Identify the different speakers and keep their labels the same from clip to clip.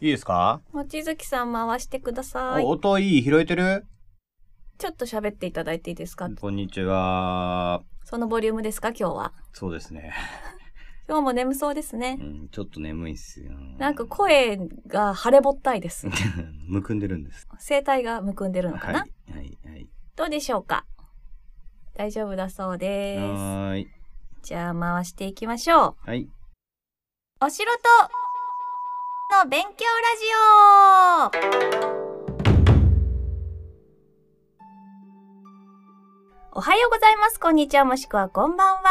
Speaker 1: いいですか
Speaker 2: 望月さん回してください
Speaker 1: お。音いい拾えてる
Speaker 2: ちょっと喋っていただいていいですか
Speaker 1: こんにちは。
Speaker 2: そのボリュームですか今日は。
Speaker 1: そうですね。
Speaker 2: 今日も眠そうですね
Speaker 1: う。ん、ちょっと眠いっすよ。
Speaker 2: なんか声が腫れぼったいです。
Speaker 1: むくんでるんです。
Speaker 2: 声帯がむくんでるのか
Speaker 1: は
Speaker 2: な、
Speaker 1: い。はい。はい。
Speaker 2: どうでしょうか大丈夫だそうで
Speaker 1: はーい。
Speaker 2: す。じゃあ回していきましょ
Speaker 1: はい。
Speaker 2: う。お城との勉強ラジオおはようございます。こんにちは。もしくはこんばんは。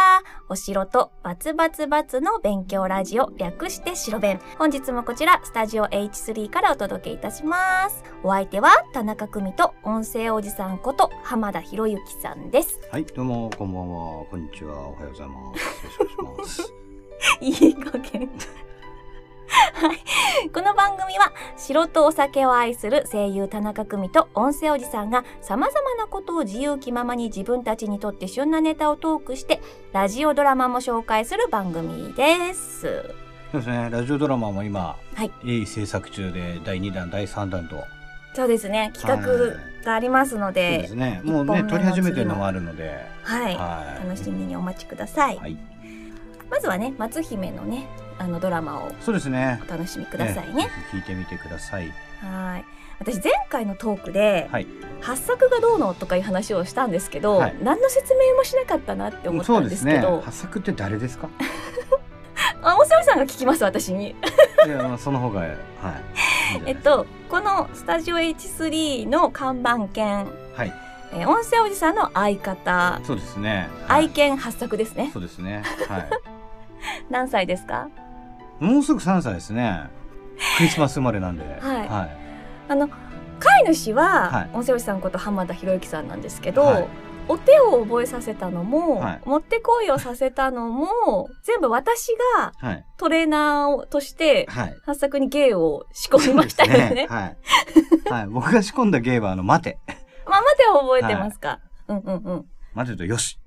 Speaker 2: お城とバツバツバツの勉強ラジオ略して白弁。本日もこちら、スタジオ H3 からお届けいたします。お相手は田中久美と音声おじさんこと浜田博之さんです。
Speaker 1: はい。どうも、こんばんは。こんにちは。おはようございます。よろしくお願いし ます。
Speaker 2: いい加減。はい。この番組は、城とお酒を愛する声優田中久美と音声おじさんが様々なことを自由気ままに自分たちにとって旬なネタをトークして、ラジオドラマも紹介する番組です。
Speaker 1: そうですね。ラジオドラマも今、
Speaker 2: はい
Speaker 1: 鋭意制作中で、第2弾、第3弾と。
Speaker 2: そうですね。企画がありますの
Speaker 1: そうで
Speaker 2: で、
Speaker 1: すね。もう
Speaker 2: 一本目
Speaker 1: ね、
Speaker 2: の
Speaker 1: 撮り始めてるのもあるので。
Speaker 2: はい。
Speaker 1: は
Speaker 2: 楽しみにお待ちください。
Speaker 1: はい。
Speaker 2: まずはね、松姫のね、あのドラマを
Speaker 1: そうですね。
Speaker 2: お楽しみくださいね。
Speaker 1: ええ。ぜひ聞いてみてください。
Speaker 2: はい。私前回のトークで、
Speaker 1: はい
Speaker 2: 発作がどうのとかいう話をしたんですけど、
Speaker 1: はい
Speaker 2: 何の説明もしなかったなって思っ
Speaker 1: そ
Speaker 2: た
Speaker 1: うんで
Speaker 2: ですすけ
Speaker 1: ね。
Speaker 2: ど、
Speaker 1: ハサクって誰ですか？
Speaker 2: あ、お世話さんが聞きます私に。
Speaker 1: いやまあその方がはい。
Speaker 2: えっとこのスタジオ H3 の看板犬、
Speaker 1: はい。
Speaker 2: えー音声おじさんの相方、
Speaker 1: そうですね。
Speaker 2: 愛犬発作ですね。
Speaker 1: そうですね。は
Speaker 2: 何歳ですか？
Speaker 1: い。もうすぐ三歳ですね。クリスマス生まれなんで。
Speaker 2: はい
Speaker 1: は
Speaker 2: あの飼い主は、
Speaker 1: はい
Speaker 2: 音声おじさんこと浜田博之さんなんですけど。
Speaker 1: はい
Speaker 2: お手を覚えさせたのも、
Speaker 1: はい
Speaker 2: 持ってこいをさせたのも、全部私が
Speaker 1: い。はい。
Speaker 2: トレーナーとして、
Speaker 1: はい。
Speaker 2: 発作に芸を仕込みましたよね。
Speaker 1: はい。はい。僕が仕込んだゲーはあの待て、
Speaker 2: まあ、待ては覚えてますか、うんうんうん。
Speaker 1: 待てとよし。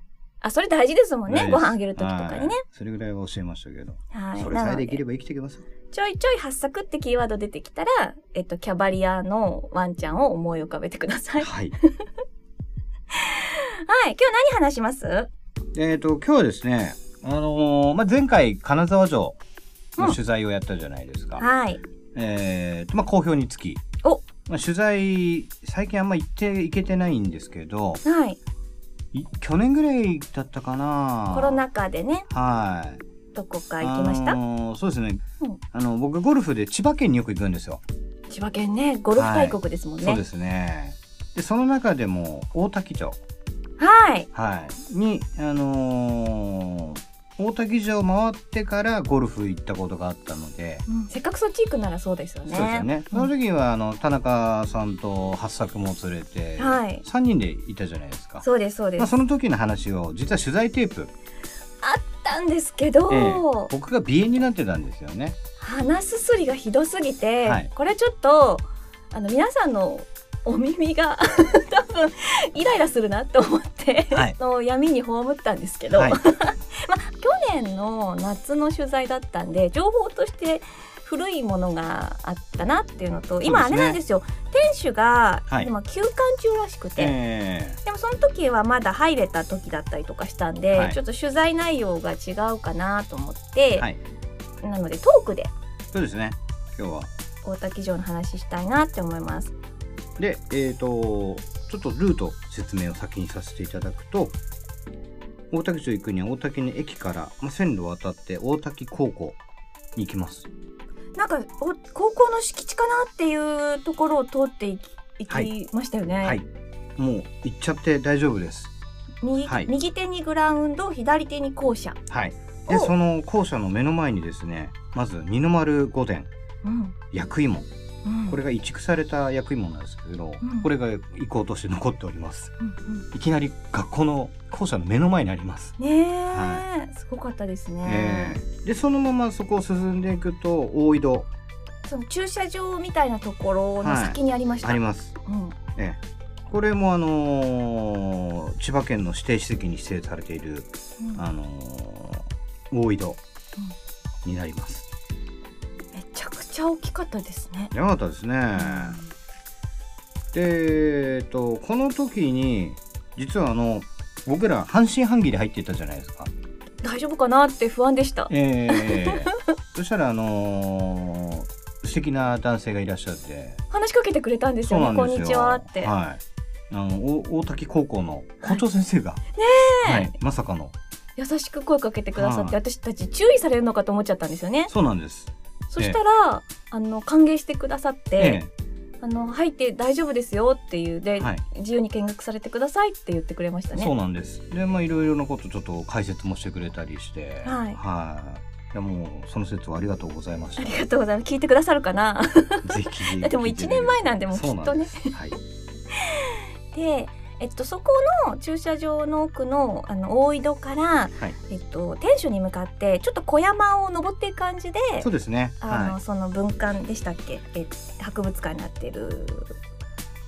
Speaker 2: あ、それ大事ですもんね。
Speaker 1: ね
Speaker 2: ご飯あげる時とかに
Speaker 1: は。
Speaker 2: ね
Speaker 1: い。それぐらいは教えましたけど、
Speaker 2: はい。
Speaker 1: それさ
Speaker 2: な
Speaker 1: え
Speaker 2: の
Speaker 1: でき
Speaker 2: で、
Speaker 1: れば生きていけますよ。
Speaker 2: ちょいちょい発作ってキーワード出てきたら、えっと、キャバリアのワンちゃんを思い浮かべてく ださい。はい。
Speaker 1: はい。
Speaker 2: 今日何話します
Speaker 1: えっと今日はですね、あのーまあ前回金沢城の取材をやったじゃないですか。
Speaker 2: はい。
Speaker 1: えーとまあ、好評につき、
Speaker 2: お
Speaker 1: まあ、取材最近あんま行って行けてないんですけど
Speaker 2: はい。
Speaker 1: い去年ぐらいだったかな
Speaker 2: コロナ禍でね、
Speaker 1: はい
Speaker 2: どこか行きました、
Speaker 1: あのーそうですね、
Speaker 2: うん
Speaker 1: あの僕ゴルフで千葉県によく行くんですよ、
Speaker 2: 千葉県ね、ゴルフ大国ですもんね。
Speaker 1: そうですねでその中でも大多喜町、
Speaker 2: はい。
Speaker 1: はい、に、あのー大多喜城回ってからゴルフ行ったことがあったので、
Speaker 2: うんせっかくそっち行くならそうですよね。
Speaker 1: そうですよねその時はあの田中さんと八作も連れて、
Speaker 2: はい
Speaker 1: 3人でいたじゃないですか
Speaker 2: そうです、そうで
Speaker 1: まあ、
Speaker 2: す。
Speaker 1: その時の話を実は取材テープ、
Speaker 2: あったんですけど、
Speaker 1: ええ僕が鼻炎になってたんですよね。
Speaker 2: 鼻すすりがひどすぎて、
Speaker 1: はい
Speaker 2: これちょっとあの皆さんのお耳が 多分イライラするなと思って、
Speaker 1: はい
Speaker 2: あの闇に葬ったんですけど、
Speaker 1: はい、
Speaker 2: 去年の夏の取材だったんで情報として古いものがあったなっていうのと今あ
Speaker 1: そうですね
Speaker 2: れなんですよ店主が
Speaker 1: はい
Speaker 2: 今休館中らしくて、
Speaker 1: え
Speaker 2: でもその時はまだ入れた時だったりとかしたんで、
Speaker 1: はい
Speaker 2: ちょっと取材内容が違うかなと思って、
Speaker 1: はい
Speaker 2: なのでトークで
Speaker 1: ーそうですね。今日は
Speaker 2: 大滝城の話したいなって思います。
Speaker 1: でえっ、とちょっとルート説明を先にさせていただくと。大滝町行くには大滝の駅から、まあ、線路を渡って大滝高校に行きます。
Speaker 2: なんかお高校の敷地かなっていうところを通っていき
Speaker 1: は
Speaker 2: 行きましたよね、
Speaker 1: はい。もう行っちゃって大丈夫です。
Speaker 2: 右
Speaker 1: はい
Speaker 2: 右手にグラウンド左手に校舎、
Speaker 1: はい。
Speaker 2: お
Speaker 1: でその校舎の目の前にですねまず二の丸御殿
Speaker 2: うん
Speaker 1: 薬門
Speaker 2: うん
Speaker 1: これが移築された役員もなんですけど、
Speaker 2: うん
Speaker 1: これが遺構として残っております
Speaker 2: うんうん
Speaker 1: いきなり学校の校舎の目の前にあります、
Speaker 2: ねえ、すごかったですね、
Speaker 1: ええでそのままそこを進んでいくと大井戸
Speaker 2: その駐車場みたいなところの先にありました、
Speaker 1: あります、
Speaker 2: うん
Speaker 1: ええこれもあのー千葉県の指定史跡に指定されている、
Speaker 2: うん
Speaker 1: あのー大井戸になります、
Speaker 2: めちゃくちゃ大きかったですね。
Speaker 1: なかったですね。で、えっと、この時に、実はあの、僕ら半信半疑で入ってたじゃないですか。
Speaker 2: 大丈夫かなって不安でした。
Speaker 1: ええそしたら、あのー素敵な男性がいらっしゃって。
Speaker 2: 話しかけてくれたんです
Speaker 1: そう
Speaker 2: よね。
Speaker 1: なん
Speaker 2: こん
Speaker 1: ですよ。
Speaker 2: にちはって。
Speaker 1: はい。あの、お大滝高校の校長先生が。
Speaker 2: え
Speaker 1: はい、まさかの。
Speaker 2: 優しく声かけてくださって、
Speaker 1: は
Speaker 2: 私たち注意されるのかと思っちゃったんですよね。
Speaker 1: そうなんです。
Speaker 2: そしたら、あの歓迎してくださっ
Speaker 1: え
Speaker 2: て、あの入って大丈夫ですよっていう
Speaker 1: え
Speaker 2: で、
Speaker 1: はい、
Speaker 2: 自由に見学されてくださいって言ってくれましたね。
Speaker 1: そうなんです。で、まあ、いろいろなこと、ちょっと解説もしてくれたりして。
Speaker 2: はい
Speaker 1: いや、もう、その説はありがとうございまし
Speaker 2: あ
Speaker 1: た。
Speaker 2: りがとうございます。聞いてくださる かな。
Speaker 1: ぜひ。
Speaker 2: だってもう一年前なんでもう
Speaker 1: そう
Speaker 2: きっとね
Speaker 1: なんです。はい。
Speaker 2: で、えっとそこの駐車場の奥のあの大井戸から、
Speaker 1: い
Speaker 2: えっと天守に向かってちょっと小山を登っていく感じで、
Speaker 1: そうですね。
Speaker 2: あの
Speaker 1: は
Speaker 2: その文館でしたっけ、え博物館になってる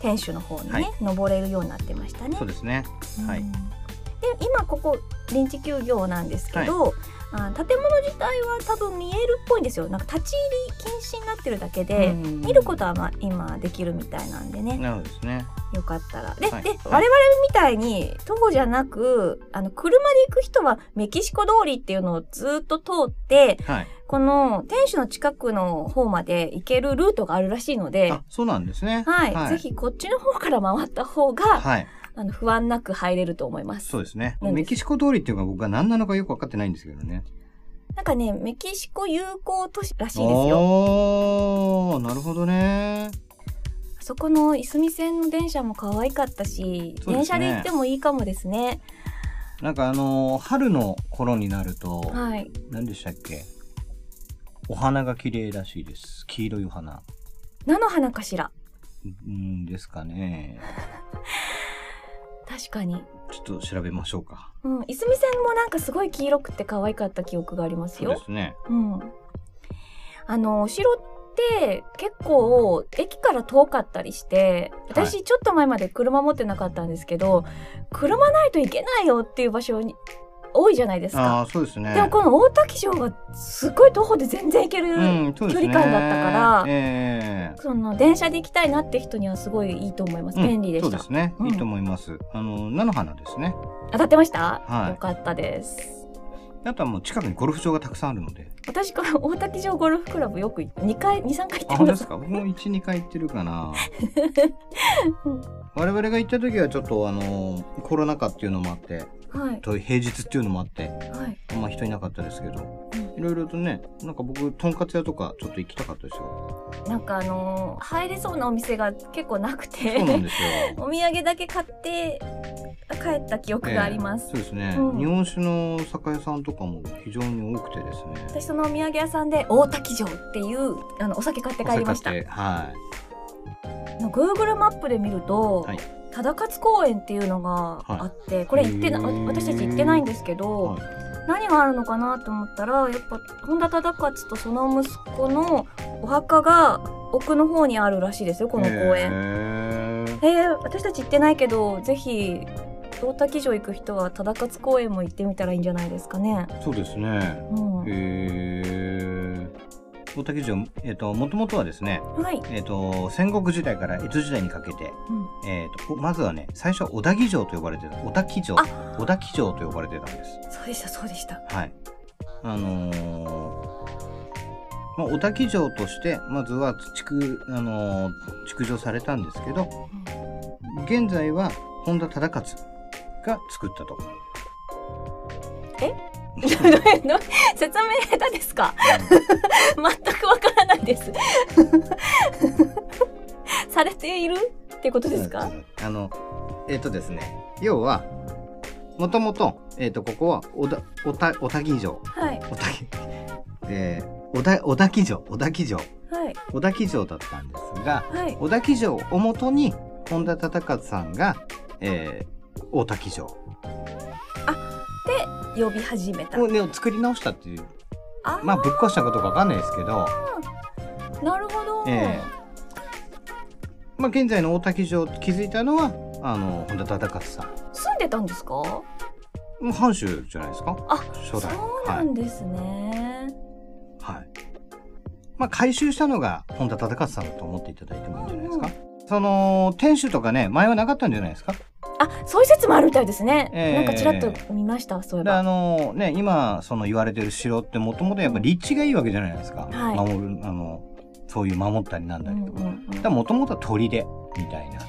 Speaker 2: 天守の方にね、
Speaker 1: はい
Speaker 2: 登れるようになってました
Speaker 1: い。
Speaker 2: ね
Speaker 1: そう。ですね。はい
Speaker 2: うんで今ここ臨時休業なんですけど、あ建物自体は多分見えるっぽいんですよなんか立ち入り禁止になってるだけで、見
Speaker 1: 見
Speaker 2: ることはまあ今できるみたいなんでね
Speaker 1: なるほどですね。
Speaker 2: よかったらで,、
Speaker 1: はい
Speaker 2: で
Speaker 1: はい
Speaker 2: 我々みたいに徒歩じゃなくあの車で行く人はメキシコ通りっていうのをずっと通って
Speaker 1: はい。
Speaker 2: この天守の近くの方まで行けるルートがあるらしいので
Speaker 1: あ、。そうなんですね。
Speaker 2: はい、ぜ。ひこっちの方から回った方が、
Speaker 1: はい。
Speaker 2: あの不安なく入れると思います。
Speaker 1: そうですね。
Speaker 2: なんです
Speaker 1: メキシコ通りっていうのが僕は何なのかよく分かってないんですけどね。
Speaker 2: なんかね、メキシコ友好都市らしいですよ。
Speaker 1: おー、なるほどね。
Speaker 2: あそこのいすみ線の電車も可愛かったし、
Speaker 1: そうで
Speaker 2: 電
Speaker 1: すね
Speaker 2: 車で行ってもいいかもですね。
Speaker 1: なんかあのー春の頃になると、
Speaker 2: はい。
Speaker 1: 何でしたっけお花が綺麗らしいです。黄色いお花。
Speaker 2: 菜の花かしら。
Speaker 1: うんですかね。
Speaker 2: 確かに。
Speaker 1: ちょっと調べましょうか。
Speaker 2: うん、いすみ線もなんかすごい黄色くて可愛かった記憶があります
Speaker 1: そうで
Speaker 2: よ。
Speaker 1: すね。
Speaker 2: うん。あの、お城って結構駅から遠かったりして、私ちょっと前まで車持ってなかったんですけど、車ないといけないよっていう場所に多いじゃないですか。
Speaker 1: ああー、そうですね。
Speaker 2: でもこの大滝城がすごい徒歩で全然行ける、
Speaker 1: うんそうですね
Speaker 2: 距離感だったから
Speaker 1: ええ
Speaker 2: その電車で行きたいなって人にはすごいいいと思います、便利で
Speaker 1: そ
Speaker 2: し
Speaker 1: うで
Speaker 2: た、
Speaker 1: すね。
Speaker 2: うん
Speaker 1: いいと思います。あの、菜の花ですね。
Speaker 2: 当たってました、
Speaker 1: はい
Speaker 2: よかったです
Speaker 1: あとはもう近くにゴルフ場がたくさんあるので。
Speaker 2: 私この大滝城ゴルフクラブよく2回23回行
Speaker 1: あ、
Speaker 2: って
Speaker 1: 本当
Speaker 2: ま
Speaker 1: ですすか僕も1、2回行ってるか な
Speaker 2: うん。
Speaker 1: 我々が行った時はちょっとあの、コロナ禍っていうのもあって、
Speaker 2: はい
Speaker 1: と平日っていうのもあって、
Speaker 2: はい
Speaker 1: あんま人いなかったですけど
Speaker 2: うん、
Speaker 1: いろいろとね、なんか僕、とんかつ屋とかちょっと行きたかったですよ。
Speaker 2: なんかあのー入れそうなお店が結構なくて
Speaker 1: そうなんですよ。
Speaker 2: お土産だけ買って帰った記憶があります、
Speaker 1: ええそうですね、
Speaker 2: うん
Speaker 1: 日本酒の酒屋さんとかも非常に多くてですね。
Speaker 2: 私そのお土産屋さんで大滝城っていうあのお酒買って帰りました
Speaker 1: お酒買ってはい。
Speaker 2: の Google マップで見ると、
Speaker 1: はい
Speaker 2: 忠勝公園っていうのがあって、これ行ってな
Speaker 1: へー
Speaker 2: 私たち行ってないんですけど、
Speaker 1: はい
Speaker 2: 何があるのかなと思ったらやっぱ本田忠勝とその息子のお墓が奥の方にあるらしいですよこの公
Speaker 1: へ
Speaker 2: 園。
Speaker 1: ー
Speaker 2: えー、私たち行ってないけどぜひ大滝城行く人は忠勝公園も行ってみたらいいんじゃないですかね。
Speaker 1: そうですね。
Speaker 2: うん、
Speaker 1: えー、大竹城、えっ、と、もともとはですね、
Speaker 2: はい、
Speaker 1: えっ、と、戦国時代から江戸時代にかけて、
Speaker 2: うん
Speaker 1: えっ、と、おまずはね、最初は小田木城と呼ばれてた、小田木城
Speaker 2: あ、
Speaker 1: 小田木城と呼ばれてたんです。
Speaker 2: そうでしたそうでした。
Speaker 1: はい。あのーまあ、小田木城として、まずは築、あのー築城されたんですけど、現在は本田忠勝が作ったと。
Speaker 2: の 説明下手ですか全くわからないです されているってこと ですか
Speaker 1: あのえっ、とですね要はもともと,、えっとここは小田小田小田木城
Speaker 2: はい
Speaker 1: 小田木えー、小田小田木城小田木城
Speaker 2: はい
Speaker 1: 小田木城だったんですが
Speaker 2: はい
Speaker 1: 小田木城をもとに本田忠勝さんが、えー、大田木城
Speaker 2: 呼び始めた
Speaker 1: を、ね、作り直したっていう
Speaker 2: あー
Speaker 1: まあぶっ壊したことかわかんないですけど、
Speaker 2: なるほど、
Speaker 1: えーまあ、現在の大田木城を築いたのはあの本田忠勝さん
Speaker 2: 住んでたんですか
Speaker 1: もう藩主じゃないですか
Speaker 2: あ
Speaker 1: 初
Speaker 2: そう
Speaker 1: 代
Speaker 2: な
Speaker 1: はい
Speaker 2: んですね、
Speaker 1: はい。まあ、回収したのが本田忠勝さんだと思っていただいてもいいんじゃないですか。その店主とかね前はなかったんじゃないですか
Speaker 2: あ、そういう説もあるみたいですね。
Speaker 1: ええ
Speaker 2: なんかちらっと見ました、そういえ
Speaker 1: であ
Speaker 2: ば。
Speaker 1: のね今その言われてる城ってもともとやっぱ立地がいいわけじゃないですか、
Speaker 2: はい
Speaker 1: 守るあのそういう守ったりなんだりとか、
Speaker 2: うんうんうん
Speaker 1: だもともとは砦みたいな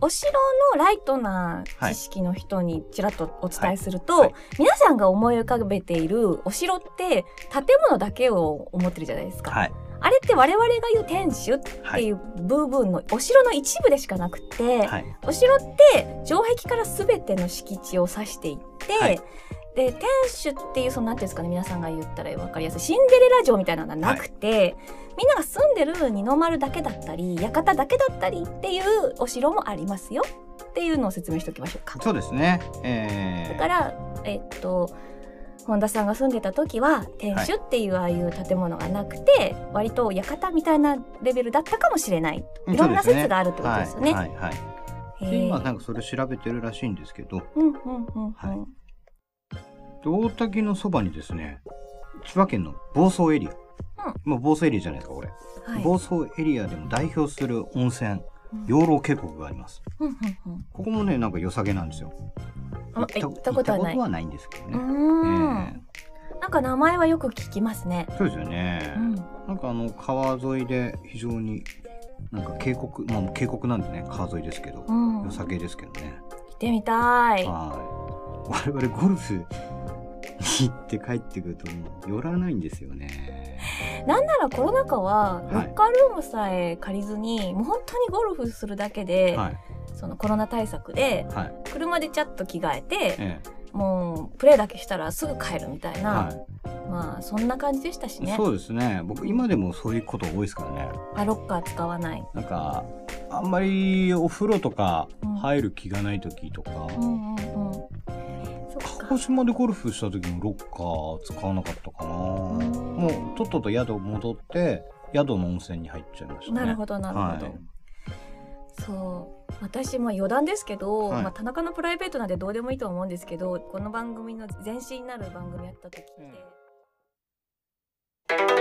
Speaker 2: お城のライトな知識の人にちらっとお伝えすると、
Speaker 1: はいはい
Speaker 2: 皆さんが思い浮かべているお城って建物だけを思ってるじゃないですか。
Speaker 1: はい
Speaker 2: あれって我々が言う天守っていう部分のお城の一部でしかなくて、
Speaker 1: はい
Speaker 2: お城って城壁から全ての敷地を指していって、
Speaker 1: はい
Speaker 2: で天守っていうそのなんていうんですかね皆さんが言ったら分かりやすいシンデレラ城みたいなのがなくて、みんなが住んでる二の丸だけだったり館だけだったりっていうお城もありますよっていうのを説明しておきましょうか。
Speaker 1: そうですね
Speaker 2: だ
Speaker 1: えー
Speaker 2: から、えっと本田さんが住んでた時は天守っていうああいう建物がなくて、割と館みたいなレベルだったかもしれないいろんな説があるってことですよね。
Speaker 1: はいはいはい
Speaker 2: へ
Speaker 1: で
Speaker 2: ー
Speaker 1: 今なんかそれ調べてるらしいんですけど
Speaker 2: うんうんうんうん
Speaker 1: はいで大滝のそばにですね千葉県の房総エリア、
Speaker 2: うん
Speaker 1: まあ房総エリアじゃないですかこれ、
Speaker 2: はい
Speaker 1: 房総エリアでも代表する温泉
Speaker 2: うん
Speaker 1: 養老渓谷があります
Speaker 2: うんうんうん
Speaker 1: ここもねなんか良さげなんですよ
Speaker 2: あ行ったことは
Speaker 1: 行った
Speaker 2: ない
Speaker 1: ことはないんですけど
Speaker 2: うー
Speaker 1: ね、
Speaker 2: ん、
Speaker 1: え
Speaker 2: なんか名前はよく聞きますね。
Speaker 1: えそうですよね、
Speaker 2: うん、
Speaker 1: なんかあの川沿いで非常になんか渓谷まあ渓谷なんでね川沿いですけど、
Speaker 2: うん、
Speaker 1: 良さ
Speaker 2: 行
Speaker 1: げですけどね
Speaker 2: ってみたい。
Speaker 1: はい。我々ゴルフに行って帰ってくるともう寄らないんですよね。
Speaker 2: なんならコロナ禍は
Speaker 1: はい
Speaker 2: ロッカールームさえ借りずに、もう本当にゴルフするだけで、
Speaker 1: はい。
Speaker 2: そのコロナ対策で
Speaker 1: はい。
Speaker 2: 車でちゃっと着替えて、
Speaker 1: え
Speaker 2: もうプレーだけしたらすぐ帰るみたい
Speaker 1: え。
Speaker 2: な、
Speaker 1: は
Speaker 2: まあそんな感じでしたし
Speaker 1: い、
Speaker 2: ね。
Speaker 1: そうですね。僕今でもそういうこと多いですからね。
Speaker 2: あロッカー使わない。
Speaker 1: なんか、あんまりお風呂とか
Speaker 2: うん
Speaker 1: 入る気がない時とか、
Speaker 2: うんうんうん。そっ
Speaker 1: 鹿
Speaker 2: か
Speaker 1: 児。島でゴルフした時もロッカー使わなかったかな。
Speaker 2: ん
Speaker 1: もうとっとと宿戻って、宿の温泉に入っちゃいましたね。
Speaker 2: なるほどなるほど。
Speaker 1: はい
Speaker 2: そう私も余談ですけど、
Speaker 1: はい
Speaker 2: まあ、田中のプライベートなんてどうでもいいと思うんですけどこの番組の前身になる番組やった時って、
Speaker 1: え